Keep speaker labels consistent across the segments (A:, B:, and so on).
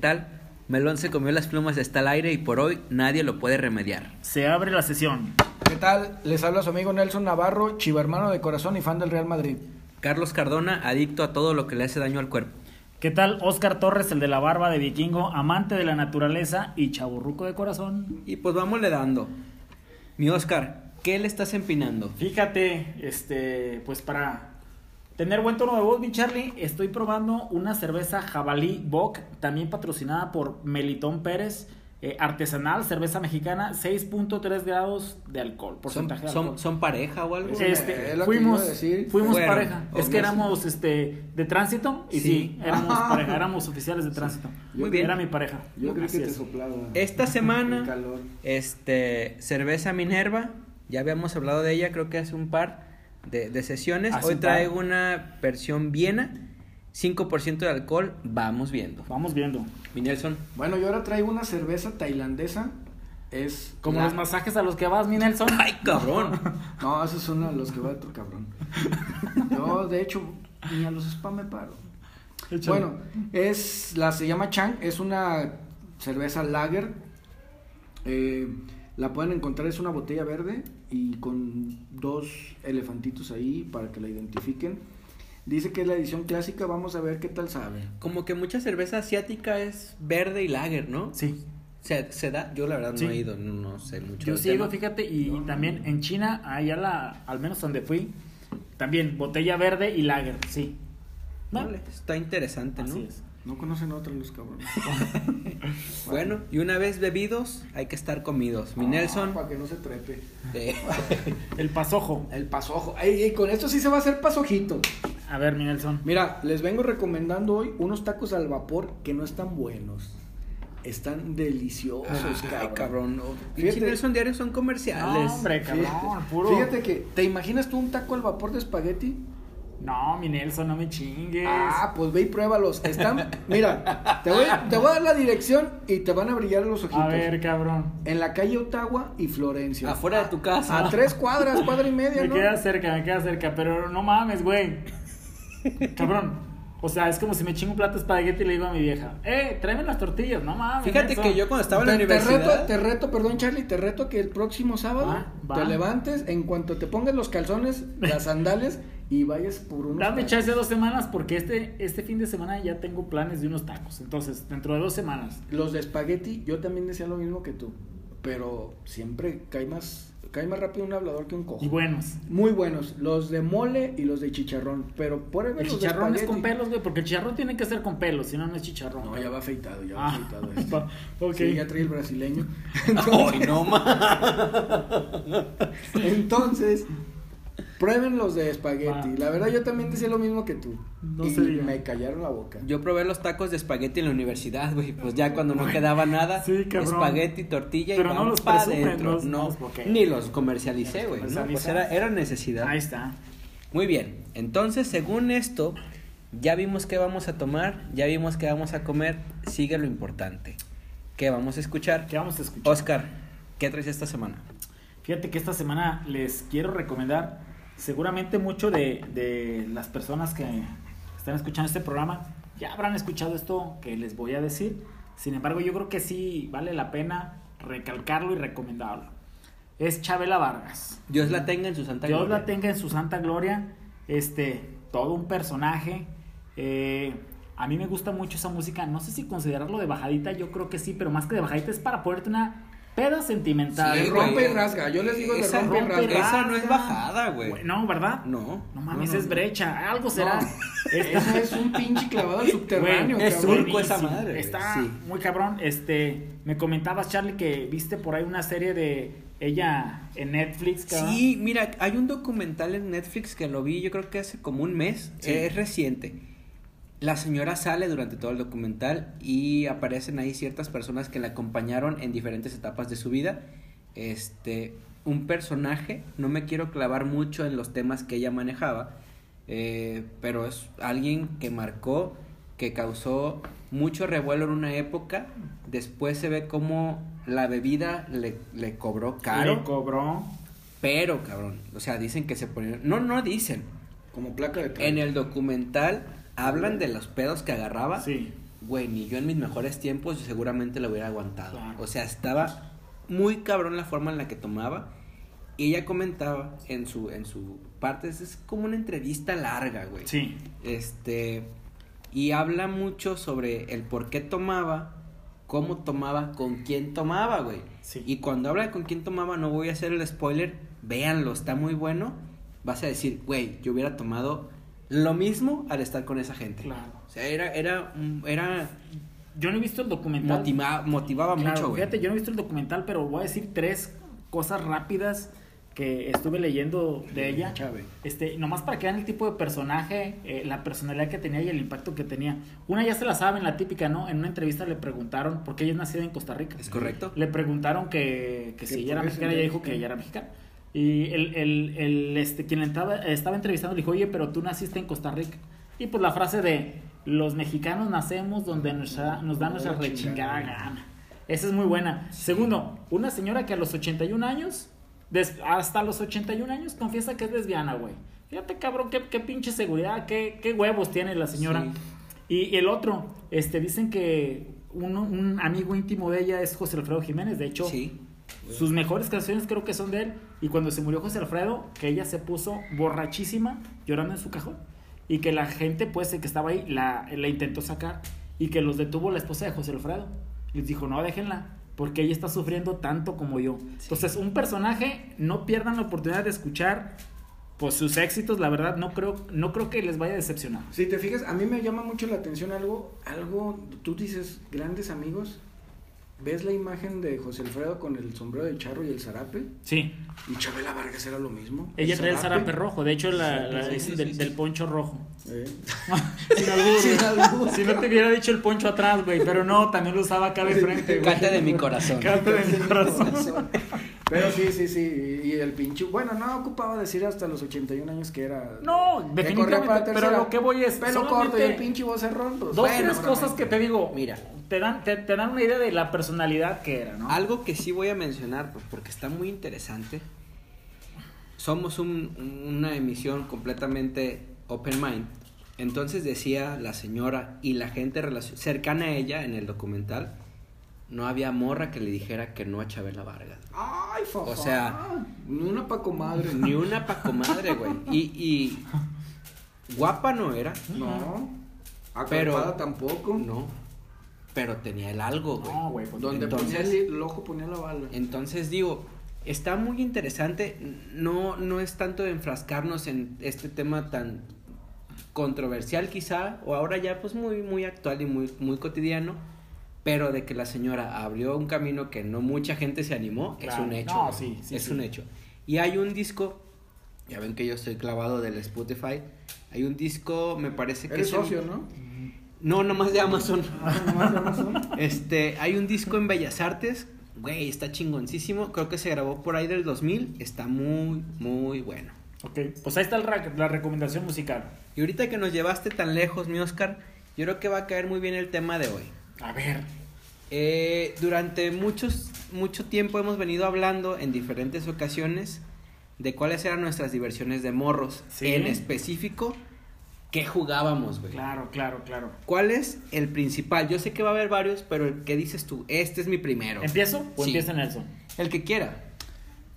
A: tal? Melón se comió las plumas está al aire y por hoy nadie lo puede remediar.
B: Se abre la sesión.
C: ¿Qué tal? Les habla su amigo Nelson Navarro, chivermano de corazón y fan del Real Madrid.
A: Carlos Cardona, adicto a todo lo que le hace daño al cuerpo.
B: ¿Qué tal Oscar Torres, el de la barba de vikingo, amante de la naturaleza y chaburruco de corazón?
A: Y pues vámosle dando. Mi Oscar, ¿qué le estás empinando?
B: Fíjate, este, pues para tener buen tono de voz, mi Charlie, estoy probando una cerveza Jabalí Bock, también patrocinada por Melitón Pérez, eh, artesanal, cerveza mexicana, 6.3 grados de alcohol,
A: ¿Son,
B: porcentaje de
A: son-
B: alcohol.
A: son pareja o algo?
B: Este,
C: Es lo que
B: fuimos
C: iba a decir.
B: fuimos
A: Fueron,
B: pareja. Es que
A: obvio.
B: éramos este de tránsito y sí,
A: Sí.
B: éramos
C: Ah.
B: pareja, éramos oficiales de tránsito.
A: Muy bien.
B: Era mi pareja.
C: Yo creo
B: Así
C: que te
B: es.
C: soplaba.
A: Esta
C: El
A: semana,
C: calor.
A: este, cerveza Minerva, ya habíamos hablado de ella, creo que hace un par de, de sesiones.
B: Hace
A: Hoy
B: un par.
A: traigo una versión Viena, 5% de alcohol, vamos viendo.
B: Vamos viendo.
A: Mi Nelson,
C: Bueno, yo ahora traigo una cerveza tailandesa. Es
B: Como
C: la-
B: los masajes a los que vas, mi Nelson.
A: ¡ay, cabrón!
C: No, esos son a los que va tu cabrón. Yo, de hecho, ni a los spa me paro.
B: Échale.
C: Bueno, es la se llama Chang, es una cerveza lager. Eh, la pueden encontrar, es una botella verde y con dos elefantitos ahí para que la identifiquen. Dice que es la edición clásica, vamos a ver qué tal sabe.
A: Como que mucha cerveza asiática es verde y lager, ¿no?
B: sí.
A: ¿Se, se da? Yo la verdad
B: Sí.
A: no he ido, no, no sé mucho.
B: Yo
A: del
B: sí he ido,
A: tema.
B: fíjate, y también en China, allá la, al menos donde fui, también botella verde y lager, sí. ¿No?
A: Órale, Está interesante, ¿no?
B: Así es.
C: No conocen otra los cabrones.
A: Bueno, y una vez bebidos, hay que estar comidos. Mi
B: Ah,
A: Nelson,
C: Ah, Para que no se trepe.
A: eh,
B: El pasojo.
C: El pasojo. Ey, ey, con esto sí se va a hacer pasojito.
B: A ver, mi Nelson.
C: Mira, les vengo recomendando hoy unos tacos al vapor que no están buenos. Están deliciosos,
A: ay,
C: cabrón.
A: cabrón. no.
C: Fíjate.
A: Pinche Nelson diario son comerciales.
B: No, hombre, cabrón,
C: Fíjate,
B: puro.
C: fíjate que, ¿te imaginas tú un taco al vapor de espagueti?
B: No, mi Nelson, no me chingues.
C: Ah, pues ve y pruébalos. Están, mira, te voy, te voy a dar la dirección y te van a brillar los ojitos.
B: a ver, cabrón.
C: En la calle Ottawa y Florencia.
A: Afuera de tu casa.
C: A tres cuadras, cuadra y media,
B: Me
C: ¿no?
B: queda cerca, me queda cerca, pero no mames, güey. Cabrón. O sea, es como si me chingo un plato de espagueti y le digo a mi vieja, eh, tráeme las tortillas, no mames.
A: Fíjate
B: Nelson".
A: que yo cuando estaba en la
C: te, te reto,
A: universidad.
C: te reto, perdón Charlie, te reto a que el próximo sábado
B: Va, va.
C: te levantes, en cuanto te pongas los calzones, las sandales y vayas por unos
B: Dame
C: tacos.
B: chance dos semanas porque este, este fin de semana ya tengo planes de unos tacos. Entonces, dentro de dos semanas.
C: Los de espagueti, yo también decía lo mismo que tú, pero siempre cae más, cae más rápido un hablador que un cojo.
B: Y buenos.
C: Muy buenos, los de mole y los de chicharrón, pero por
B: El chicharrón es con pelos, güey, porque el chicharrón tiene que ser con pelos, si no, no es chicharrón.
C: No,
B: güey.
C: ya va afeitado, ya va
B: Ah,
C: afeitado. este.
B: pa- ok.
C: Sí, ya trae el brasileño.
A: ¡Ay, no más!
C: Entonces, prueben los de espagueti.
B: Va.
C: La verdad, yo también decía lo mismo que tú.
B: No
C: y
B: se diga.
C: me callaron la boca.
A: Yo probé los tacos de espagueti en la universidad, güey. Pues ya cuando no quedaba nada,
B: Sí, cabrón.
A: espagueti, tortilla
B: Pero
A: y
B: no
A: vamos
B: los
A: pa'
B: presumen,
A: adentro.
B: los-
A: no,
B: los- ok.
A: ni los comercialicé,
B: Los
A: güey. No, pues
B: comercializas.
A: era, era necesidad.
B: Ahí está.
A: Muy bien, entonces según esto, ya vimos qué vamos a tomar, ya vimos qué vamos a comer, sigue lo importante. ¿Qué vamos a escuchar?
B: ¿Qué vamos a escuchar?
A: Oscar, ¿qué traes esta semana?
B: Fíjate que esta semana les quiero recomendar, seguramente mucho de, de las personas que están escuchando este programa ya habrán escuchado esto que les voy a decir. Sin embargo, yo creo que sí vale la pena recalcarlo y recomendarlo. Es Chabela Vargas.
A: Dios la tenga en su santa
B: Dios
A: gloria.
B: la tenga en su santa gloria. Este, todo un personaje. Eh, a mí me gusta mucho esa música. No sé si considerarlo de bajadita, yo creo que sí, pero más que de bajadita es para ponerte una peda sentimental.
C: Le
A: Sí,
C: rompe
A: güey.
C: y rasga. Yo les digo le
A: Esa
C: rompe y
B: rompe y
C: rasga.
B: rasga.
A: Esa no es bajada, güey.
B: No, ¿verdad?
A: No.
B: No mames,
C: No, no,
B: es
C: no.
B: brecha. Algo será. Esta-
C: Eso es un pinche clavado al subterráneo,
B: Güey,
A: es
C: cabrón.
A: surco esa
B: buenísimo.
A: madre, güey.
B: Está
A: Sí.
B: muy cabrón. Este, me comentabas, Charlie, que viste por ahí una serie de ella en Netflix, cabrón.
A: Sí, mira, hay un documental en Netflix que lo vi yo creo que hace como un mes, eh,
B: Sí.
A: es reciente. La señora sale durante todo el documental y aparecen ahí ciertas personas que la acompañaron en diferentes etapas de su vida. Este, un personaje, no me quiero clavar mucho en los temas que ella manejaba, eh, pero es alguien que marcó, que causó mucho revuelo en una época. Después se ve cómo la bebida le, le cobró caro.
B: Le cobró.
A: Pero, cabrón, o sea, dicen que se ponieron... No, no dicen.
C: Como placa de
A: En el documental hablan de los pedos que agarraba.
B: Sí.
A: güey, ni yo en mis mejores tiempos seguramente la hubiera aguantado.
B: Claro.
A: O sea, estaba muy cabrón la forma en la que tomaba. Y ella comentaba en su, en su parte, es- es como una entrevista larga, güey.
B: Sí,
A: Este. Y habla mucho sobre el por qué tomaba, cómo tomaba, con quién tomaba, güey.
B: Sí.
A: Y cuando habla de con quién tomaba, no voy a hacer el spoiler, véanlo, está muy bueno. Vas a decir, güey, yo hubiera tomado lo mismo al estar con esa gente.
B: claro.
A: O sea, era, era, un- era,
B: Yo no he visto el documental.
A: motiva- motivaba
B: Claro,
A: mucho, güey.
B: Fíjate, yo no he visto el documental, pero voy a decir tres cosas rápidas que estuve leyendo de ella.
C: Chávez.
B: Este, nomás para que vean el tipo de personaje, eh, la personalidad que tenía y el impacto que tenía. Una ya se la saben, la típica, ¿no? En una entrevista le preguntaron, porque ella es nacida en Costa Rica.
A: ¿Es correcto?
B: Le preguntaron que, que si
C: Que
B: ella era
C: por qué
B: mexicana,
C: se
B: ella dijo
C: llama-
B: que ella era mexicana. Y el, el, el, este, quien la estaba, estaba entrevistando le dijo, oye, pero tú naciste en Costa Rica. Y pues la frase de, los mexicanos nacemos donde nuestra- nos da nuestra rechingada gana. Esa es muy buena. Segundo, una señora que a los 81 años, des- hasta los 81 años, confiesa que es lesbiana, güey. Fíjate, cabrón, qué, qué pinche seguridad, qué, qué huevos tiene la señora.
A: Sí.
B: Y el otro, este, dicen que uno- un amigo íntimo de ella es José Alfredo Jiménez. De hecho,
A: Sí.
B: sus mejores canciones creo que son de él. Y cuando se murió José Alfredo, que ella se puso borrachísima, llorando en su cajón. Y que la gente, pues, que estaba ahí, la, la intentó sacar. Y que los detuvo la esposa de José Alfredo. Les dijo, no, déjenla, porque ella está sufriendo tanto como yo. Entonces, un personaje, no pierdan la oportunidad de escuchar, pues, sus éxitos. La verdad, no creo, no creo que les vaya a decepcionar.
C: Si te fijas, a mí me llama mucho la atención algo, algo, tú dices grandes amigos, ves la imagen de José Alfredo con el sombrero de charro y el zarape,
B: Sí,
C: y Chabela Vargas era lo mismo.
B: ella trae el zarape rojo. De hecho, la, la
A: Sí, sí,
B: dicen
A: sí,
B: del,
A: sí.
B: del poncho rojo.
C: Eh.
B: Sin albur,
C: Sin
B: güey.
C: albur.
B: Si no te hubiera dicho el poncho atrás, güey. Pero no, también lo usaba acá de frente, güey.
A: Canta de mi corazón.
B: Canta de mi corazón.
C: Pero sí, sí, sí, y el pinche, bueno, no ocupaba decir hasta los 81 años que era...
B: No,
C: que
B: definitivamente,
C: corría para
B: pero
C: tercera,
B: lo que voy es
C: Pelo
B: solamente
C: corto y el pinche vocerrón.
B: Dos,
C: pues, bueno,
B: tres
C: pero
B: cosas
C: no.
B: que te digo.
A: Mira.
B: Te dan, te, te dan una idea de la personalidad que era, ¿no?
A: Algo que sí voy a mencionar, pues porque está muy interesante. Somos un- una emisión completamente open mind. Entonces decía la señora y la gente relacion- cercana a ella en el documental, no había morra que le dijera que no a Chabela Vargas.
C: Ay, fofo.
A: O sea,
C: ni una pa' comadre.
A: Ni una pa' comadre, güey. Y, y guapa no era,
C: No.
A: Pero-
C: Acuerpada tampoco.
A: no. Pero tenía el algo, güey.
B: No, güey. pues,
C: Donde
A: Entonces-
C: ponía el, el ojo ponía la bala.
A: Entonces digo, está muy interesante, no, no es tanto de enfrascarnos en este tema tan controversial quizá, o ahora ya pues muy, muy actual y muy, muy cotidiano, pero de que la señora abrió un camino que no mucha gente se animó, es
B: Claro.
A: un hecho.
B: No,
A: güey,
B: sí, sí,
A: es
B: sí.
A: un hecho. Y hay un disco, ya ven que yo estoy clavado del Spotify, hay un disco, me parece que...
C: Eres
A: es el-
C: socio, ¿no?
A: No, nomás de Amazon.
C: Nomás Ah, de Amazon.
A: Este, hay un disco en Bellas Artes, güey, está chingoncísimo. Creo que se grabó por ahí del 2000, está muy, muy bueno.
B: Ok, pues ahí está el ra- la recomendación musical.
A: Y ahorita que nos llevaste tan lejos, mi Oscar, yo creo que va a caer muy bien el tema de hoy.
B: A ver.
A: Eh, durante muchos, mucho tiempo hemos venido hablando en diferentes ocasiones de cuáles eran nuestras diversiones de morros.
B: Sí.
A: En específico, ¿qué jugábamos, güey?
B: Claro, claro, claro.
A: ¿Cuál es el principal? Yo sé que va a haber varios, pero el que dices tú, este es mi primero.
B: ¿Empiezo o
A: Sí.
B: empieza Nelson?
A: El que quiera.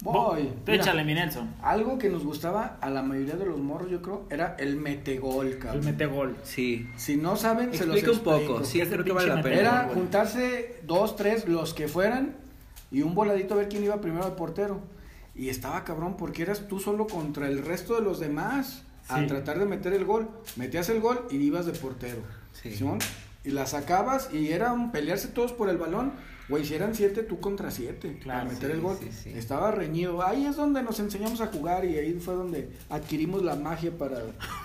C: Voy.
B: Tú
C: Mira,
B: Échale, mi Nelson.
C: Algo que nos gustaba a la mayoría de los morros, yo creo, era el metegol,
B: El
C: cabrón.
B: metegol.
A: Sí.
C: Si no saben, se los
A: Explica un poco,
C: explico.
A: sí,
B: Es el
A: creo que vale
B: pinche
A: la pena.
B: metal.
C: Era
B: Bueno.
C: juntarse dos, tres, los que fueran, y un voladito a ver quién iba primero al portero. Y estaba cabrón porque eras tú solo contra el resto de los demás
B: Sí.
C: al tratar de meter el gol. Metías el gol y ibas de portero.
A: Sí.
C: Simón. Y la sacabas y era un pelearse todos por el balón. Güey, si eran siete, tú contra siete.
B: Claro,
C: para meter
A: sí,
C: el gol.
A: sí, sí.
C: Estaba reñido. Ahí es donde nos enseñamos a jugar y ahí fue donde adquirimos la magia para,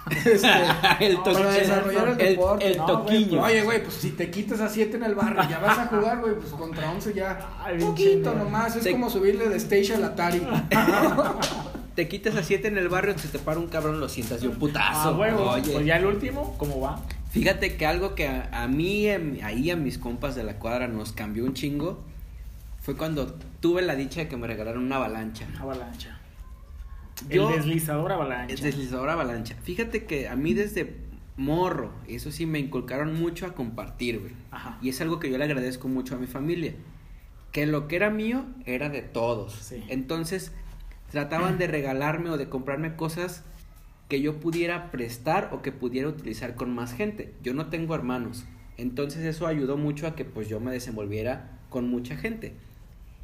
C: este,
A: El
C: para
A: toque-
C: desarrollar el,
A: el-
C: deporte.
A: el
C: No, güey,
A: toquillo.
C: pues, Oye, güey, pues si te quitas a 7 en el barrio, ya vas a jugar, güey, pues contra 11 ya.
B: Ay, bien
C: Poquito
B: chingón.
C: nomás, es
A: Te-
C: como subirle de stage al Atari.
A: Te quitas a siete en el barrio, se te para un cabrón, lo sientas de un putazo.
B: Ah, huevo.
A: Oye.
B: Pues ya el último, ¿cómo va?
A: Fíjate que algo que a, a mí, a mi- ahí a mis compas de la cuadra nos cambió un chingo fue cuando tuve la dicha de que me regalaron una avalancha.
B: Avalancha.
A: Yo-
B: el deslizador avalancha.
A: Es deslizador avalancha. Fíjate que a mí desde morro, eso sí, me inculcaron mucho a compartir, güey.
B: Ajá.
A: Y es algo que yo le agradezco mucho a mi familia. Que lo que era mío era de todos.
B: Sí.
A: Entonces, trataban de regalarme o de comprarme cosas que yo pudiera prestar o que pudiera utilizar con más gente. Yo no tengo hermanos. Entonces eso ayudó mucho a que pues yo me desenvolviera con mucha gente.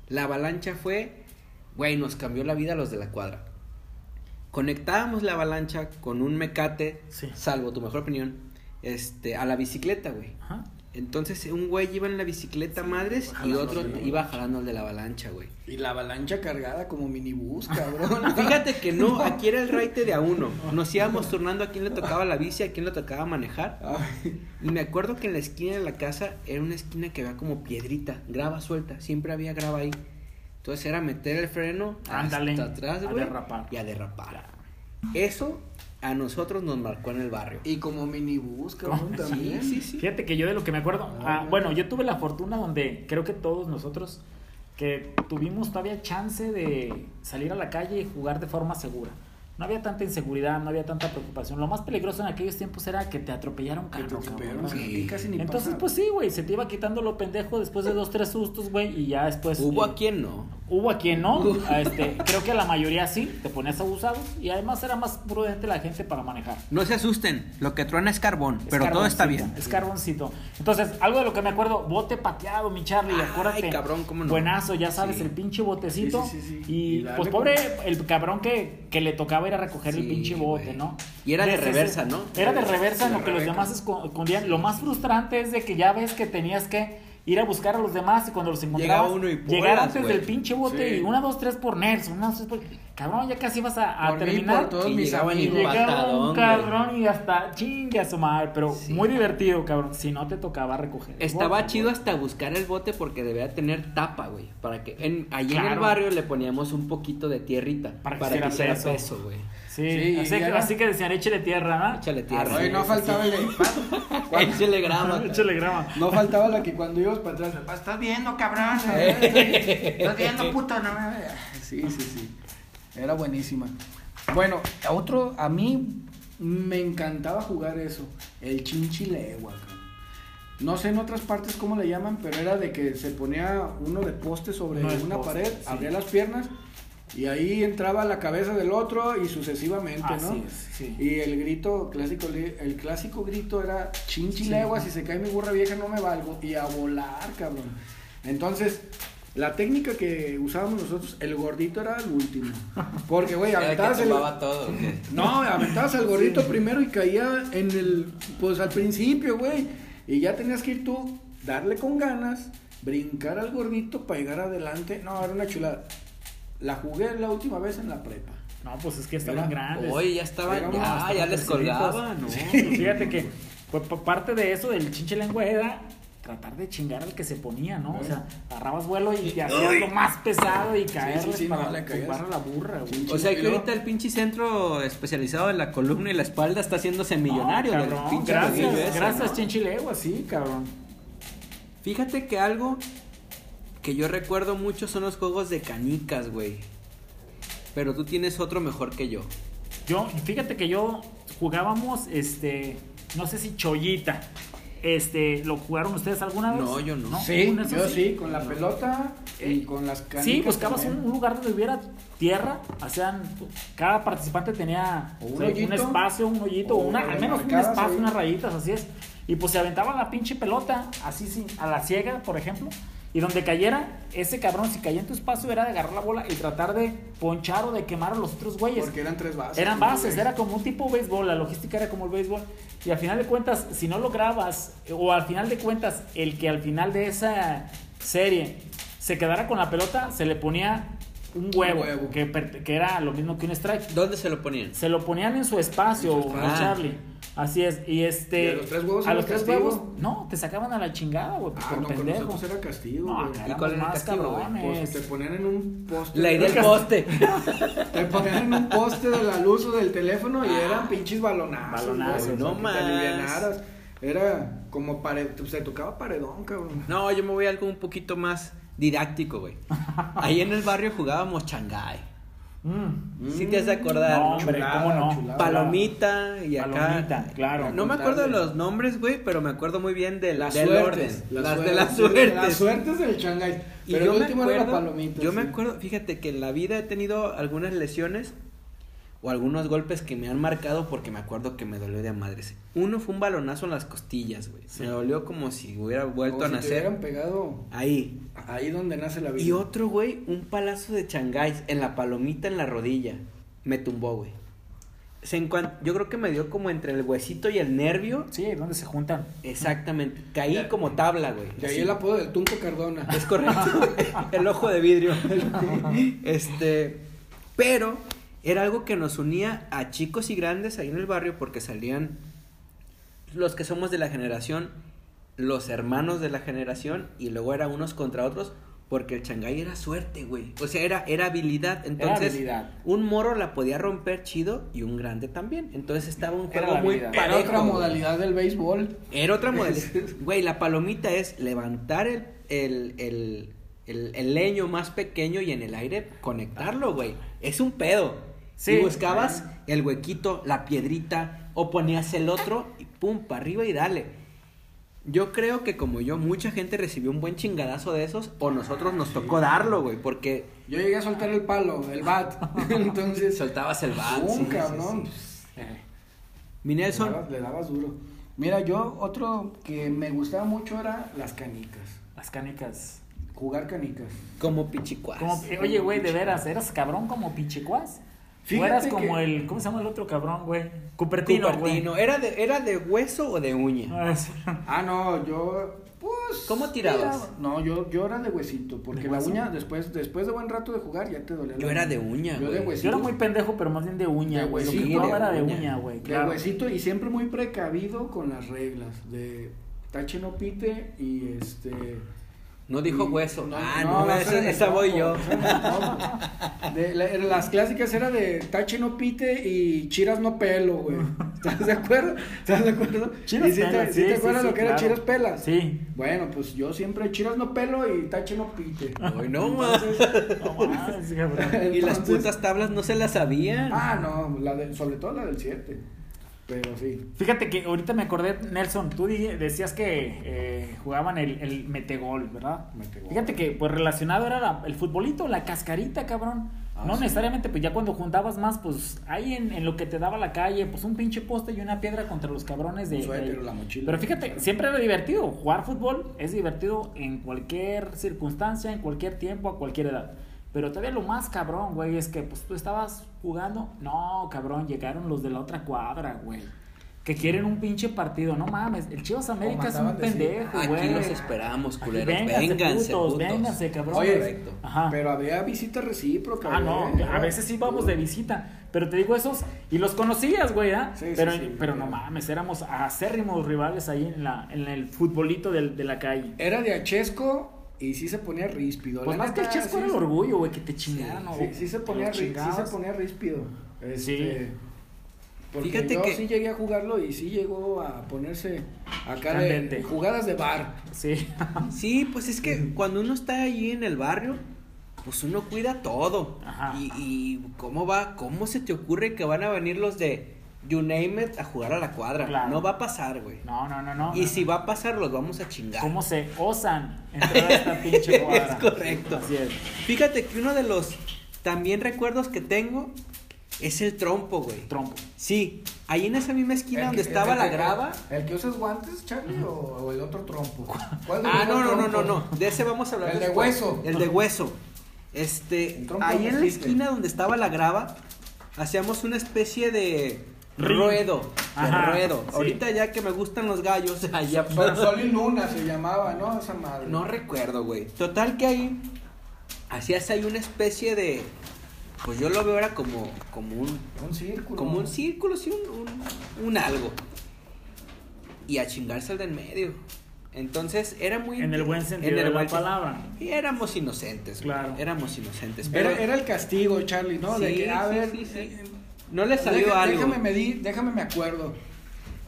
A: La avalancha fue, güey, nos cambió la vida a los de la cuadra. Conectábamos la avalancha con un mecate,
B: Sí.
A: salvo tu mejor opinión, este, a la bicicleta, güey.
B: Ajá.
A: Entonces un güey iba en la bicicleta madres y
C: jalando
A: otro
C: el de la
A: iba jalando al de la avalancha, güey.
C: Y la avalancha cargada como minibús, cabrón.
A: Fíjate que no, aquí era el raite de a uno. Nos íbamos turnando a quién le tocaba la bici, a quién le tocaba manejar.
C: Ay,
A: Y me acuerdo que en la esquina de la casa era una esquina que había como piedrita, grava suelta, siempre había grava ahí. Entonces era meter el freno
B: Ándale,
A: hasta atrás,
B: a
A: güey,
B: derrapar.
A: y a derrapar. Eso a nosotros nos marcó en el barrio.
C: y como minibús, cabrón,
B: Sí,
C: también.
A: sí, sí.
B: Fíjate que yo de lo que me acuerdo, ah, bueno, yo tuve la fortuna donde creo que todos nosotros que tuvimos todavía chance de salir a la calle y jugar de forma segura. No había tanta inseguridad, no había tanta preocupación. Lo más peligroso en aquellos tiempos era que te atropellaron
C: Que te
B: carro,
C: atropellan,
B: cabrón.
A: sí.
C: a ti casi ni
B: Entonces,
C: pasa.
B: pues sí, güey, se te iba quitando lo pendejo después de dos, tres sustos, güey, y ya después...
A: Hubo
B: eh,
A: a quien no.
B: Hubo a quien no, a este, creo que a la mayoría sí, te ponías abusado y además era más prudente la gente para manejar.
A: No se asusten, lo que truena es carbón,
B: Es
A: pero todo está
B: carboncito,
A: bien.
B: Es carboncito. Entonces, algo de lo que me acuerdo, bote pateado, mi Charlie,
A: Ay,
B: acuérdate.
A: cabrón, cómo no.
B: Buenazo, ya sabes,
A: Sí.
B: el pinche botecito.
C: Sí, sí, sí, sí.
B: Y,
C: Y dale
B: pues
C: con-
B: pobre el cabrón que, que le tocaba ir a recoger el
A: Sí,
B: pinche bote,
A: güey.
B: ¿no?
A: Y era de
B: Ese-
A: reversa, ¿no?
B: Era de reversa en
C: De
B: lo que los
C: rebeca.
B: demás esco- escondían. Lo más frustrante es de que ya ves que tenías que ir a buscar a los demás y cuando los encontrabas
A: uno y
B: llegar
A: bolas,
B: antes
A: güey.
B: del pinche bote
C: Sí.
B: y una, dos, tres por Nelson, una, dos, tres por... Cabrón, ya casi vas a, a
C: Por mí,
B: terminar.
C: por todos
A: Y
C: mis
A: llegaban y
C: amigos.
A: Un
B: Llegaba
A: patadón,
B: un
A: güey.
B: cabrón y hasta chingue a su madre, pero
A: Sí.
B: muy divertido, cabrón. Si no te tocaba recoger. el
A: Estaba
B: bote,
A: chido
B: güey.
A: hasta buscar el bote porque debía tener tapa, güey. Para que en, allí en el
B: Claro.
A: barrio le poníamos un poquito de tierrita.
B: Para
A: Para
B: que
A: que,
B: hiciera
A: hiciera
B: peso.
A: peso, güey.
B: Sí,
C: Sí,
B: así,
C: y
B: que,
C: era-
B: así que decían, échale tierra, ¿no?
A: Échale tierra.
C: Ay, no faltaba el de-
A: Échele grama.
B: échale grama.
C: No faltaba la que cuando ibas para atrás, "Pa, estás viendo, cabrón. ¿eh? Estás viendo, puto, no mames". Sí, sí, sí. Era buenísima. Bueno, a otro, a mí me encantaba jugar eso, el chinchilegua. cabrón. No sé en otras partes cómo le llaman, pero era de que se ponía uno de poste sobre
B: Uno de
C: una
B: poste,
C: pared,
B: sí.
C: abría las piernas y ahí entraba la cabeza del otro y sucesivamente, ¿no?
B: Así es, sí.
C: Y el grito clásico, el clásico grito era chinchilegua,
B: Sí.
C: si se cae mi burra vieja no me valgo, y a volar, cabrón. Entonces, la técnica que usábamos nosotros, el gordito era el último. Porque, güey, aventabas el...
A: todo.
C: No, aventabas al gordito primero y caía en el... Pues al principio, güey. Y ya tenías que ir tú, darle con ganas, brincar al gordito para llegar adelante. No, era una chulada. La jugué la última vez en la prepa.
B: No, pues es que estaban
C: Era-
B: grandes. Ah,
A: Oye, ya estaban,
C: Éramos
A: ya,
C: hasta
A: ya les colgaba, ¿no?
B: Pues Fíjate que pues, pa- parte de eso del chinche lengua era tratar de chingar al que se ponía, ¿no? O sea, agarrabas vuelo y te hacías lo más pesado y caerles
C: sí, no,
B: para
C: le caías.
B: tumbar a la burra, güey.
A: O sea que ahorita el pinche centro especializado en la columna y la espalda está haciéndose millonario.
B: No,
A: del
B: Ah, cabrón,
A: pinche
B: gracias,
A: rodillo ese,
B: gracias
A: ¿no?
B: chinchilegua, sí, cabrón.
A: Fíjate que algo que yo recuerdo mucho son los juegos de canicas, güey. Pero tú tienes otro mejor que yo.
B: Yo, fíjate que yo jugábamos, este, no sé si chollita. Este, ¿lo jugaron ustedes alguna vez?
A: No, yo no.
C: Sí,
B: ¿Uno de esos
C: yo sí, con la pelota y
B: Eh,
C: con las canicas.
B: Sí, buscabas un,
C: también.
B: un lugar donde hubiera tierra, hacían, cada participante tenía
C: O un
B: o sea,
C: hoyito.
B: espacio, un hoyito,
C: O
B: o una, al
C: le
B: menos un
C: marcabas
B: espacio,
C: ahí.
B: unas rayitas, así es. Y pues se aventaban la pinche pelota, así sin, a la ciega, por ejemplo. Y donde cayera, ese cabrón, si caía en tu espacio, era de agarrar la bola y tratar de ponchar o de quemar a los otros güeyes.
C: Porque eran tres bases.
B: Eran
C: ¿no,
B: bases,
C: güey?
B: era como un tipo béisbol, la logística era como el béisbol. Y al final de cuentas, si no lograbas, o al final de cuentas, el que al final de esa serie se quedara con la pelota, se le ponía un huevo,
C: huevo.
B: Que, per- que era lo mismo que un strike.
A: ¿Dónde se lo ponían?
B: Se lo ponían en su espacio,
C: En su
A: espacio.
B: a Charlie. Así es, y este.
C: ¿Y a los tres huevos
B: a
C: era
B: los tres
C: castigo?
B: huevos, no, te sacaban a la chingada, güey, pues,
C: Ah,
B: por
C: no, con
B: pendejo.
C: nosotros era castigo,
B: No, acá
C: güey.
A: ¿Y cuál era
B: éramos
A: el
B: más
A: castigo, güey?
C: Pues te
B: cabrones.
C: ponían en un poste.
A: La idea del
B: Cast-
A: poste.
C: Te ponían en un poste de la luz o del teléfono y eran pinches balonazos.
B: Balonazos,
A: Ah,
C: güey,
A: no
C: que te
A: más.
C: alivianaras. Era como pared, se tocaba paredón, cabrón.
A: No, yo me voy a algo un poquito más didáctico, güey. Ahí en el barrio jugábamos changay.
B: Mm.
A: Sí te has de acordar,
B: No,
A: ¿no?
B: hombre, ¿cómo no?
C: chulada.
A: Palomita y acá.
B: Palomita, claro.
A: No me acuerdo de los nombres, güey, pero me acuerdo muy bien de,
C: Las
A: del
C: suertes.
A: orden. las de las
C: suerte
A: suertes.
C: Las suertes del Shanghai.
A: Y
C: Pero
A: yo
C: el
A: me
C: último era la
A: acuerdo,
C: palomita.
A: yo me
C: sí.
A: acuerdo, fíjate que en la vida he tenido algunas lesiones o algunos golpes que me han marcado porque me acuerdo que me dolió de a madres. Uno fue un balonazo en las costillas, güey.
B: Sí.
A: Me dolió como si hubiera vuelto
C: Como
A: a
C: si te
A: nacer.
C: hubieran pegado
A: Ahí.
C: ahí donde nace la vida.
A: Y otro, güey, un palazo de changáis en la palomita en la rodilla. Me tumbó, güey. Se encuan- Yo creo que me dio como entre el huesito y el nervio.
B: Sí, ¿dónde se juntan?
A: Exactamente. Caí como tabla, güey.
C: De ahí
A: Así.
C: el apodo del Tunco Cardona.
A: Es correcto. el ojo de vidrio. este, pero era algo que nos unía a chicos y grandes ahí en el barrio porque salían los que somos de la generación, los hermanos de la generación y luego era unos contra otros porque el Shanghái era suerte, güey. O sea, era era habilidad, entonces
B: habilidad.
A: un moro la podía romper chido y un grande también. Entonces estaba un
B: Era
A: juego
B: la
A: muy
B: habilidad.
A: parejo.
C: Era otra
A: güey.
C: modalidad del béisbol.
A: Era otra modalidad. Güey, la palomita es levantar el, el, el, el- el leño más pequeño y en el aire conectarlo, güey. Es un pedo.
B: Sí.
A: Si buscabas el huequito, la piedrita, o ponías el otro y pum, para arriba y dale. Yo creo que como yo, mucha gente recibió un buen chingadazo de esos, o nosotros nos tocó darlo, güey, porque
C: Yo llegué a soltar el palo, el bat. Entonces.
A: soltabas el bat.
C: Un
A: sí, sí,
C: cabrón.
A: sí.
B: Eh,
A: Mi
C: Le,
A: Nelson,
C: dabas, le dabas duro. Mira, yo otro que me gustaba mucho era las canicas.
B: Las canicas.
C: Jugar canicas.
A: como pichicuas.
B: Como- eh, oye, güey, de veras, ¿eras cabrón como pichicuás? ¿O
C: Fíjate
B: eras como
C: que-
B: el. ¿Cómo se llama el otro cabrón, güey? Cupertino, güey.
A: Cupertino. ¿Era de, ¿Era de hueso o de uña?
B: Ah, sí.
C: Ah, no, yo. Pues.
A: ¿Cómo tirabas?
C: tiraba. No, yo, yo era de huesito. Porque
B: ¿De
C: la
B: hueso?
C: uña, después, después de buen rato de jugar, ya te dolía. la
A: Yo era de uña,
C: Yo de
A: güey.
C: huesito.
B: Yo era muy pendejo, pero más bien de uña,
C: De
B: güey. Lo que
C: huesito,
B: jugaba era
A: de
B: de
A: uña.
B: uña, güey.
C: De
B: claro.
C: huesito y siempre muy precavido con las reglas. De tache no pite y este.
A: No dijo
C: Y-
A: hueso. ah, no, esa,
C: era
A: esa
C: de
A: voy
C: topo,
A: yo.
C: esa era de topo. De la- era- las clásicas era de tache no pite y chiras no pelo, güey. ¿Estás de acuerdo? ¿Estás de acuerdo?
B: Chiras
C: ¿Y si te-
B: pelas,
C: si
B: sí,
C: te
B: sí,
C: acuerdas
B: sí,
C: lo que era
B: claro.
C: chiras pelas?
B: Sí.
C: Bueno, pues yo siempre chiras no pelo y tache no pite.
A: Ay, no, ma.
B: No mames, cabrón.
A: Y las
C: Entonces-
A: putas tablas no se las sabían.
C: Ah, no, la de- sobre todo la del 7. Pero sí.
B: Fíjate que ahorita me acordé, Nelson, tú di- decías que eh, jugaban el, el metegol, ¿verdad?
C: Metegol.
B: Fíjate que pues relacionado era la- el futbolito, la cascarita, cabrón.
C: Ah,
B: no
C: sí.
B: necesariamente, pues ya cuando juntabas más, pues ahí en, en lo que te daba la calle, pues un pinche poste y una piedra contra los cabrones de...
C: Un suéter
B: de-
C: o la mochila.
B: Pero fíjate, siempre era divertido. Jugar fútbol es divertido en cualquier circunstancia, en cualquier tiempo, a cualquier edad. Pero todavía lo más cabrón, güey, es que pues tú estabas jugando. No, cabrón, llegaron los de la otra cuadra, güey. Que quieren un pinche partido. No mames, el Chivas América es un
C: mandaban decir,
B: pendejo,
A: Aquí
B: güey.
A: los esperamos,
B: Aquí
A: culeros.
B: vénganse,
A: Vénganse,
B: putos,
A: putos.
B: vénganse, cabrón.
C: Oye,
A: Correcto.
B: Ajá.
C: Pero había visita recíproca.
B: Ah, no,
C: güey.
B: a veces sí íbamos de visita, pero te digo esos, y los conocías, güey, ¿ah?
C: Sí, sí,
B: pero
C: sí,
B: pero no
C: claro.
B: mames, éramos acérrimos rivales ahí en, la, en el futbolito del- de la calle.
C: Era de achesco y sí se ponía ríspido.
B: Pues
C: La
B: más que el
C: neta,
B: chesco
C: sí
B: era el
C: se-
B: orgullo, güey, que te chingaran. o-
C: Sí, sí se ponía,
B: los
C: ri- sí se
B: chingabas.
C: ponía ríspido. Este,
B: Sí.
C: Porque
A: Fíjate
C: yo
A: que-
C: sí llegué a jugarlo y sí llegó a ponerse acá de
B: Candente.
C: jugadas de bar.
B: Sí.
A: Sí, pues es que cuando uno está ahí en el barrio, pues uno cuida todo.
B: Ajá.
A: Y, y cómo va, cómo se te ocurre que van a venir los de You Name It a jugar a la cuadra.
B: Claro.
A: No va a pasar, güey.
B: No, no, no, no.
A: y
B: no.
A: si va a pasar, los vamos a chingar.
B: ¿Cómo se osan entrar a esta pinche cuadra?
A: Es correcto.
B: Así es.
A: Fíjate que uno de los también recuerdos que tengo es el trompo, güey.
B: Trompo.
A: Sí, ahí en esa misma esquina
C: El
A: donde
C: que-
A: estaba
C: el
A: la
C: que-
A: graba.
C: ¿El que usas guantes, Charlie, o, o el otro trompo? ¿Cuál de los
A: Ah,
C: dos
A: no, no, no,
C: trompos?
A: no, no. De ese vamos a hablar.
C: El de
A: después.
C: hueso.
A: El de hueso. Este,
C: El trompo
A: ahí
C: no
A: en la
C: existe.
A: esquina donde estaba la grava, hacíamos una especie de
B: Ring.
A: ruedo. de
B: Ajá,
A: ruedo.
B: sí.
A: Ahorita ya que me gustan los gallos, allá
C: Sol, Sol y Luna se llamaba, ¿no? Esa madre.
A: No recuerdo, güey. Total que ahí hacías ahí una especie de. Pues yo lo veo ahora como, como un.
C: un círculo.
A: Como un círculo, sí, un, un, un algo. Y a chingarse al de en medio. Entonces era muy.
B: En el buen sentido
A: en el
B: de la
A: buen sen-
B: palabra.
A: Y éramos inocentes, güey.
B: Claro.
A: Éramos inocentes. Pero
C: Era, era el castigo, Charlie, ¿no? de
A: Sí,
C: que, a
A: sí,
C: ver,
A: sí, sí.
C: eh,
A: no le salió
C: Deja-
A: algo.
C: Déjame medir, déjame me acuerdo.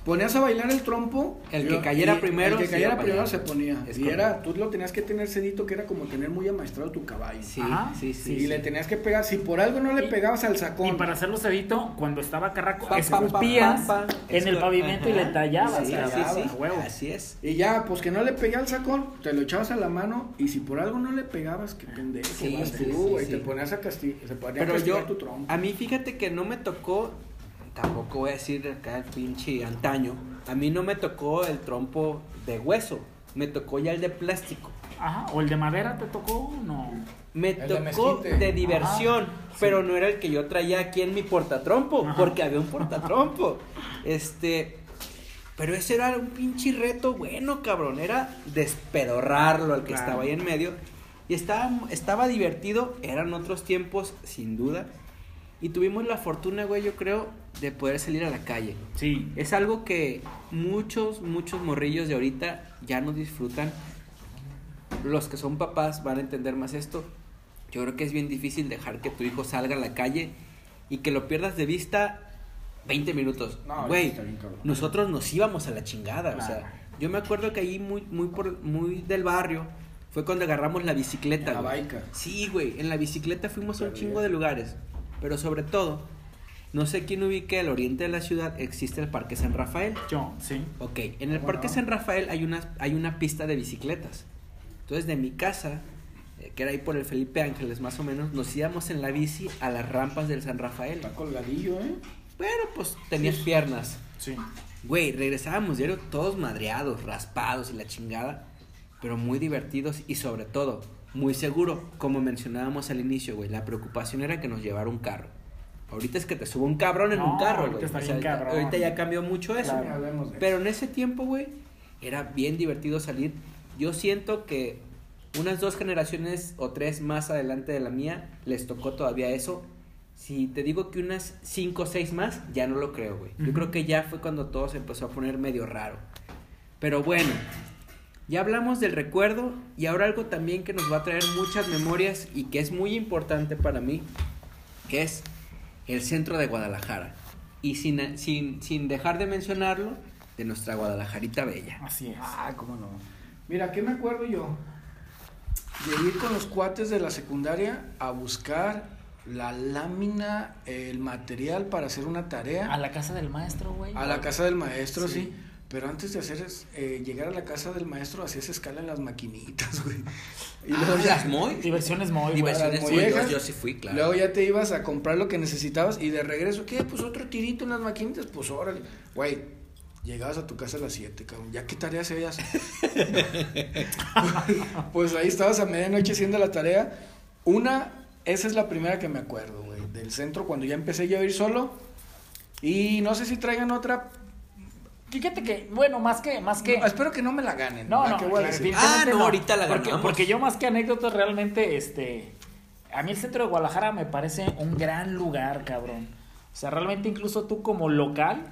C: Ponías a bailar el trompo.
A: El que cayera
C: y
A: primero
C: El que
A: se
C: cayera
A: iba para
C: primero
A: allá.
C: se ponía.
A: Es
C: y era, tú lo tenías que tener cedito, que era como tener muy amaestrado tu caballo.
A: Sí,
B: Ajá.
A: sí,
C: y
A: sí.
B: sí.
A: sí.
C: le tenías que pegar. Si por algo no le
B: Y-
C: pegabas al
B: Y
C: sacón.
B: para hacerlo cebito, cuando estaba Carraco,
A: Pa, pa, pa,
B: escupías
A: pa, pa.
B: en el
A: Escu-
B: pavimento y
A: Ajá.
B: le tallabas.
A: Sí,
B: y le
A: sí,
B: dabas,
A: sí.
B: a huevo.
A: Así es.
C: Y ya, pues que no le pegué al sacón, te lo echabas a la mano. Y si por algo no le pegabas, qué pendejo.
A: Sí,
C: vas
A: sí, sí,
C: tú, güey,
A: sí.
C: Te ponías a castigar. Se ponía a
A: Pero
C: castigar
A: yo, Ah,
C: tu trompo.
A: a mí fíjate que no me tocó, tampoco voy a decir acá el pinche antaño, a mí no me tocó el trompo de hueso, me tocó ya el de plástico.
B: Ajá, o el de madera te tocó, no.
A: Me
D: El de
A: tocó de,
D: mezquite.
A: diversión, pero no era el que yo traía aquí en mi portatrompo,
B: Ah, Ajá.
A: porque había un portatrompo. Este, pero ese era un pinche reto bueno, cabrón, era despedorrarlo al que
B: Claro.
A: estaba ahí en medio. Y estaba, estaba divertido, eran otros tiempos, sin duda. Y tuvimos la fortuna, güey, yo creo, de poder salir a la calle.
B: Sí.
A: Es algo que muchos, muchos morrillos de ahorita ya no disfrutan. Los que son papás van a entender más esto. Yo creo que es bien difícil dejar que tu hijo salga a la calle y que lo pierdas de vista 20 minutos.
C: No,
A: Güey,
C: está bien cabrón.
A: nosotros nos íbamos a la chingada. O
B: Claro.
A: sea, yo me acuerdo que ahí muy, muy, por, muy del barrio fue cuando agarramos la bicicleta.
C: La
A: güey.
C: baica.
A: Sí, güey, en la bicicleta fuimos a un
C: Perdido.
A: chingo de lugares, pero sobre todo, no sé quién ubique al oriente de la ciudad, existe el Parque San Rafael.
B: Yo, sí.
A: Ok, en el
C: ¿Cómo
A: Parque
C: no?
A: San Rafael hay una, hay una pista de bicicletas. Entonces, de mi casa, eh, que era ahí por el Felipe Ángeles más o menos, nos íbamos en la bici a las rampas del San Rafael.
C: Está colgadillo, ¿eh?
A: Pero pues tenías piernas.
B: Sí.
A: Güey, regresábamos diario todos madreados, raspados y la chingada, pero muy divertidos y sobre todo, muy seguro, como mencionábamos al inicio, güey, la preocupación era que nos llevara un carro. Ahorita es que te suba un cabrón en
B: No,
A: un carro,
B: ahorita
A: güey.
B: está
A: O sea,
B: bien
A: ahorita-
B: cabrón.
A: ahorita ya cambió mucho eso.
C: Claro, hablemos de
A: Pero en ese tiempo, güey, era bien divertido salir. Yo siento que unas dos generaciones o tres más adelante de la mía les tocó todavía eso. Si te digo que unas cinco o seis más, ya no lo creo, güey. Yo
B: Ujú.
A: creo que ya fue cuando todo se empezó a poner medio raro. Pero bueno, ya hablamos del recuerdo y ahora algo también que nos va a traer muchas memorias y que es muy importante para mí, que es el centro de Guadalajara. Y sin, sin, sin dejar de mencionarlo, de nuestra Guadalajarita Bella.
B: Así es.
C: Ah, cómo no. Mira, ¿qué me acuerdo yo? De ir con los cuates de la secundaria a buscar la lámina, el material para hacer una tarea
B: A la casa del maestro, güey.
C: a la casa del maestro, sí.
B: Sí.
C: Pero antes de hacer es- eh, llegar a la casa del maestro, hacías escala en las maquinitas, güey.
B: Ah,
C: Y luego ya-
A: ¿Las muy?
B: Diversiones muy, güey.
A: Diversiones
C: las
A: muy. Yo,
C: mollejas.
A: yo sí fui, claro.
C: Luego ya te ibas a comprar lo que necesitabas y de regreso, ¿qué? Pues otro tirito en las maquinitas, pues órale. Güey, llegabas a tu casa a las 7, cabrón. ¿Ya qué tareas ellas? pues ahí estabas a medianoche haciendo la tarea. Una, esa es la primera que me acuerdo, güey, del centro cuando ya empecé yo a ir solo. Y no sé si traigan otra.
B: Fíjate que, bueno, más que, más que.
C: No, espero que no me la ganen.
B: No,
C: ¿verdad?
B: no,
C: ¿Qué voy a
B: claro,
C: decir?
B: definitivamente
A: Ah, no, ahorita la
B: porque,
A: ganamos.
B: porque yo más que anécdotas realmente, este, a mí el centro de Guadalajara me parece un gran lugar, cabrón. O sea, realmente incluso tú como local,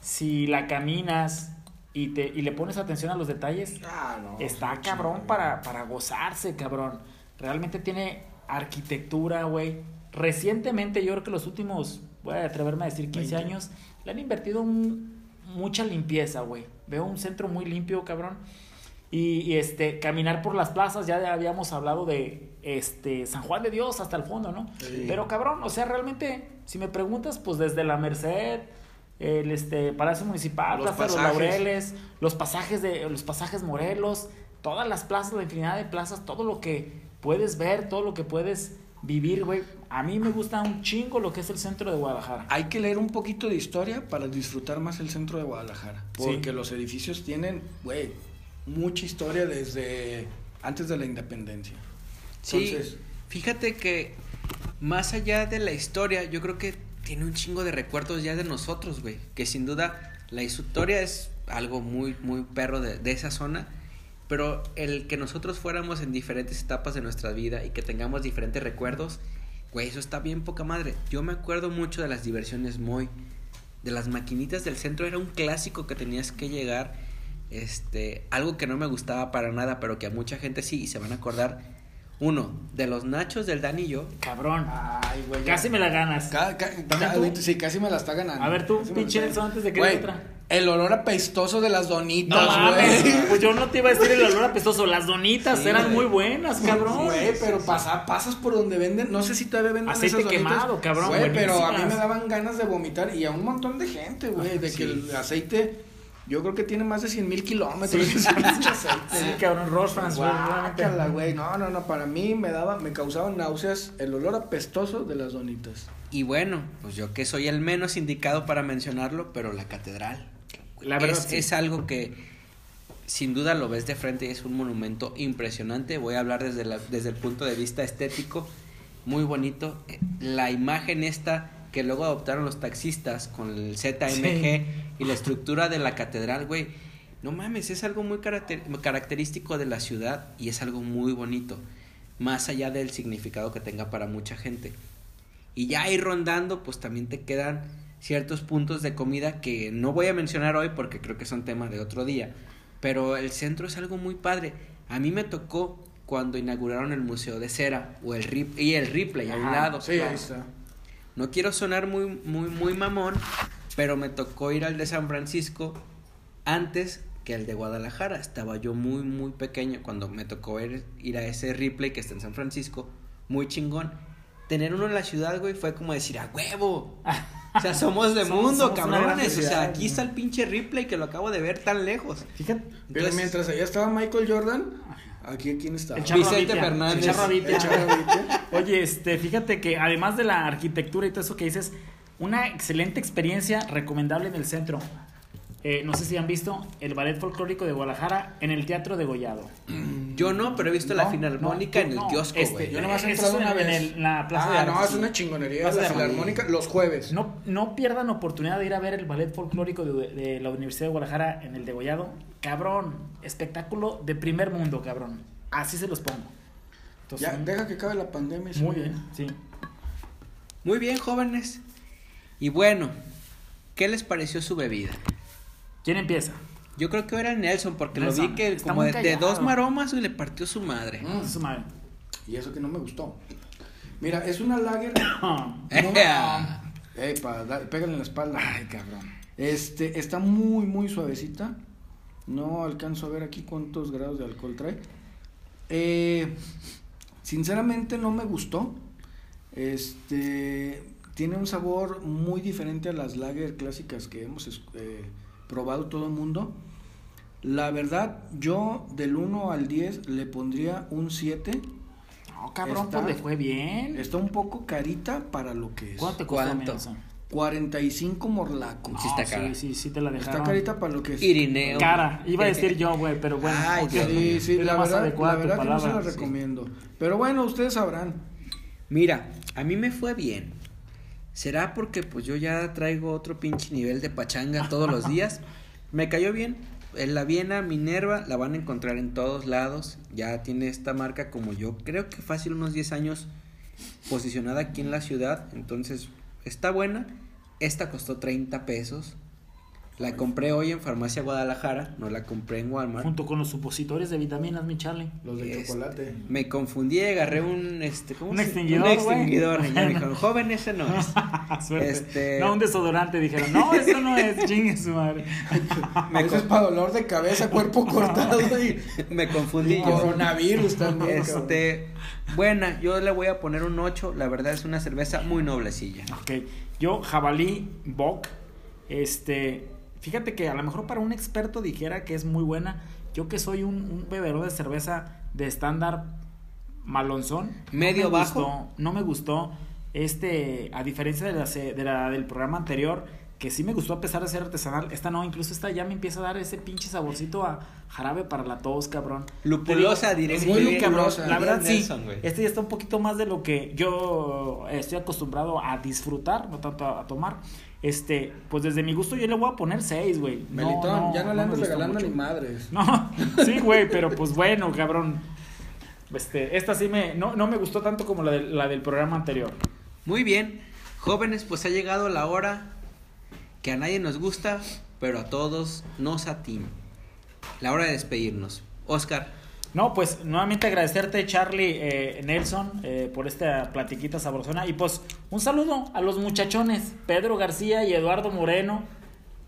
B: si la caminas y, te, y le pones atención a los detalles,
C: Ah, no.
B: está cabrón para, para gozarse, cabrón. Realmente tiene arquitectura, güey. Recientemente, yo creo que los últimos, voy a atreverme a decir 15
C: Veinte.
B: años, le han invertido un- mucha limpieza, güey. Veo un centro muy limpio, cabrón. Y, y, este, caminar por las plazas, ya habíamos hablado de este San Juan de Dios hasta el fondo, ¿no?
C: Sí.
B: Pero cabrón, o sea, realmente, si me preguntas, pues desde la Merced, el este Palacio Municipal,
C: Los
B: Plaza de los
C: pasajes.
B: Laureles, los pasajes de los pasajes Morelos, todas las plazas, la infinidad de plazas, todo lo que puedes ver, todo lo que puedes vivir, güey. A mí me gusta un chingo lo que es el centro de Guadalajara.
C: Hay que leer un poquito de historia para disfrutar más el centro de Guadalajara.
B: Sí.
C: Porque los edificios tienen, güey, mucha historia desde antes de la independencia.
A: Sí,
C: Entonces,
A: fíjate que más allá de la historia, yo creo que tiene un chingo de recuerdos ya de nosotros, güey. Que sin duda la historia es algo muy, muy perro de, de esa zona. Pero el que nosotros fuéramos en diferentes etapas de nuestra vida y que tengamos diferentes recuerdos, güey, eso está bien poca madre. Yo me acuerdo mucho de las diversiones muy... De las maquinitas del centro era un clásico que tenías que llegar. Este, algo que no me gustaba para nada, pero que a mucha gente sí, y se van a acordar. Uno, de los nachos del Dan y yo.
B: Cabrón,
C: ay, güey. ya-
B: casi me la ganas.
C: Ca- ca-
B: ¿También
C: ca-
B: tú?
C: sí, casi me la está ganando.
B: A ver tú,
C: Casi me la
B: pinche
C: está
B: Nelson,
C: ganando.
B: antes de que
C: Güey,
B: diga otra.
C: El olor apestoso de las donitas,
B: No mames,
C: güey.
B: pues yo no te iba a decir el olor apestoso. Las donitas
A: Sí,
B: eran
A: güey.
B: muy buenas, cabrón.
C: Güey,
A: sí,
C: pero
A: sí.
C: pasa- pasas por donde venden, no sé si todavía venden
B: Aceite
C: esas donitas.
B: quemado, cabrón,
C: Güey, pero a mí
B: buenísimas.
C: me daban ganas de vomitar y a un montón de gente, güey, de que el aceite, yo creo que tiene más de 100 mil kilómetros.
B: Sí.
C: ese pinche aceite.
B: Sí, cabrón, Rosfans, güey. realmente.
C: Guácala, güey. No, no, no, para mí me daba, me causaba náuseas el olor apestoso de las donitas.
A: Y bueno, pues yo que soy el menos indicado para mencionarlo, pero la catedral.
B: La verdad,
A: es,
B: sí.
A: es algo que sin duda lo ves de frente y es un monumento impresionante. Voy a hablar desde, la- desde el punto de vista estético, muy bonito. Eh, La imagen esta que luego adoptaron los taxistas con el ZMG
B: Sí.
A: y la estructura de la catedral, güey. No mames, es algo muy caracter- característico de la ciudad y es algo muy bonito, más allá del significado que tenga para mucha gente. Y ya ahí rondando, pues también te quedan ciertos puntos de comida que no voy a mencionar hoy porque creo que son temas de otro día. Pero el centro es algo muy padre. A mí me tocó cuando inauguraron el Museo de Cera o el Rip y el Ripley a un
B: Ajá,
A: lado.
C: Sí, ahí está.
A: No quiero sonar muy, muy, muy mamón, pero me tocó ir al de San Francisco antes que al de Guadalajara. Estaba yo muy, muy pequeño cuando me tocó ir, ir a ese Ripley que está en San Francisco. Muy chingón. Tener uno en la ciudad, güey, fue como decir, ¡a huevo! O sea, somos de
B: Somos-
A: mundo,
B: somos una gran
A: cabrones. O sea,
B: ciudad,
A: aquí
B: ¿no?
A: está el pinche Ripley que lo acabo de ver tan lejos.
B: Fíjate.
C: Pero
A: Entonces,
C: mientras allá estaba Michael Jordan, aquí quién estaba.
B: El Charro
A: Vicente
B: Avitia,
A: Fernández.
B: el Charro Avitia.
C: El Charro Avitia.
B: Oye, este, fíjate que además de la arquitectura y todo eso que dices, una excelente experiencia recomendable en el centro. Eh, no sé si han visto el Ballet Folclórico de Guadalajara en el Teatro de Gollado. Mm.
A: yo no, pero he visto la Filarmónica en el kiosco,
B: Este,
A: güey.
C: Yo nomás he
B: Eh, Eso
C: entrado
B: es
C: una
B: en- en
C: vez.
B: el- en la Plaza de
C: ah,
B: Armas.
C: no, es una chingonería.
B: Plaza
C: La
B: de Armas.
C: filarmónica, los jueves.
B: No, no pierdan oportunidad de ir a ver el ballet folclórico de, de la Universidad de Guadalajara en el degollado. Cabrón, espectáculo de primer mundo, cabrón. Así se los pongo. Entonces,
C: ya, deja que acabe la pandemia. y se
B: pues, muy
C: ve.
B: bien, sí.
A: Muy bien, jóvenes. Y bueno, ¿qué les pareció su bebida?
B: ¿Quién empieza?
A: Yo creo que era Nelson, porque lo vi
B: Nelson,
A: que
B: está
A: como
B: muy
A: de, de dos
B: callado.
A: maromas y le partió su madre.
C: Mm,
B: Su madre.
C: y eso que no me gustó. Mira, es una lager. Ah.
A: Ea.
C: Epa, da- pégale en la espalda. Ay, cabrón. Este, está muy, muy suavecita. No alcanzo a ver aquí cuántos grados de alcohol trae. Eh, sinceramente no me gustó. Este, tiene un sabor muy diferente a las lager clásicas que hemos es- eh, probado todo el mundo. La verdad, yo del 1 al 10 le pondría un 7.
B: No, cabrón,
C: Está-
B: pues le fue bien.
C: Está un poco carita para lo que es.
B: ¿Cuánto te costó,
A: ¿Cuánto?
B: Nelson?
C: 45 morlacos.
A: Sí está
B: No,
A: cara.
B: Sí, sí, sí te la dejaron.
C: Está carita para lo que es.
A: Irineo.
B: Cara. Iba a decir yo, güey, pero bueno.
A: Ay,
B: ok.
A: Dios
C: Sí, sí,
B: Es
C: la
B: más
C: verdad,
B: adecuada
C: la
B: tu
C: verdad que no se la
B: palabra, sí.
C: recomiendo. Pero bueno, ustedes sabrán.
A: Mira, a mí me fue bien. ¿Será porque pues yo ya traigo otro pinche nivel de pachanga todos los días? Me cayó bien. En la Viena Minerva la van a encontrar en todos lados. Ya tiene esta marca como yo. Creo que fácil unos 10 años posicionada aquí en la ciudad. Entonces está buena. Esta costó 30 pesos. La compré hoy en Farmacia Guadalajara. No la compré en Walmart.
B: Junto con los supositores de vitaminas, mi Charlie.
C: Los de
A: Este,
C: chocolate.
A: Me confundí, agarré un este, ¿cómo
B: Un
A: se-
B: extinguidor,
A: Un
B: güey.
A: extinguidor, y ya me dijeron, joven, ese no es.
B: Suerte.
A: Este-
B: No, un desodorante dijeron. No, eso no es. Chingue su madre.
C: Eso es para dolor de cabeza, cuerpo cortado y
A: Me confundí yo.
C: coronavirus también. cabrón.
A: Este, buena, yo le voy a poner un 8, la verdad es una cerveza muy noblecilla.
B: Ok, yo jabalí Bock. Este, fíjate que a lo mejor para un experto dijera que es muy buena. Yo que soy un, un bebedor de cerveza de estándar malonzón. no
A: Medio
B: me
A: bajo.
B: gustó, no me gustó. Este, a diferencia de la, se- de la del programa anterior, que sí me gustó a pesar de ser artesanal, esta no, incluso esta ya me empieza a dar ese pinche saborcito a jarabe para la tos, cabrón.
A: Lupulosa,
B: Te digo,
A: diré.
B: Muy
C: Muy
B: cabrón.
C: lupulosa.
B: La verdad,
A: Bien
B: sí.
A: Nelson, güey.
B: Este ya está un poquito más de lo que yo eh, estoy acostumbrado a disfrutar, no tanto a, a tomar. Este, pues desde mi gusto yo le voy a poner 6, güey. No,
C: Melitón, ya no le
B: me
C: andas
B: gustó
C: regalando
B: mucho.
C: ni madres.
B: No, sí, güey, pero pues bueno, cabrón. Este, esta sí me, no, no me gustó tanto como la, del- la del programa anterior.
A: Muy bien, jóvenes, pues ha llegado la hora que a nadie nos gusta, pero a todos nos atina. La hora de despedirnos. Oscar,
B: No, pues nuevamente agradecerte, Charlie eh, Nelson, eh, por esta platiquita sabrosona. Y pues un saludo a los muchachones, Pedro García y Eduardo Moreno,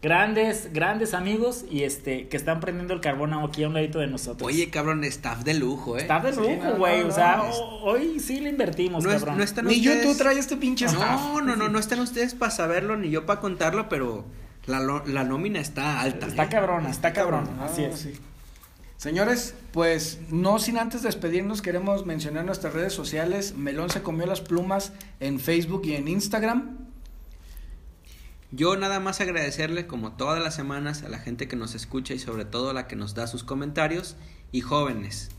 B: Grandes, grandes amigos y este que están prendiendo el carbón aquí a un ladito de nosotros.
A: Oye, cabrón, staff de lujo, ¿eh?
B: Está de lujo, güey. o sea, o- hoy sí le invertimos,
A: No es-
B: cabrón.
A: no están
C: Ni
A: ustedes-
C: YouTube trae este pinche staff.
A: No, no, no, no están ustedes para saberlo ni yo para contarlo, pero la, lo- la nómina está alta.
B: Está
A: ¿eh?
B: cabrón, está cabrón.
C: Ah,
B: Así es.
C: sí. Señores, pues no sin antes despedirnos, queremos mencionar nuestras redes sociales. Melón se comió las plumas en Facebook y en Instagram.
A: Yo nada más agradecerle como todas las semanas a la gente que nos escucha y sobre todo a la que nos da sus comentarios y jóvenes.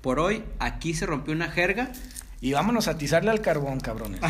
A: Por hoy aquí se rompió una jerga.
C: Y vámonos a atizarle al carbón, cabrones.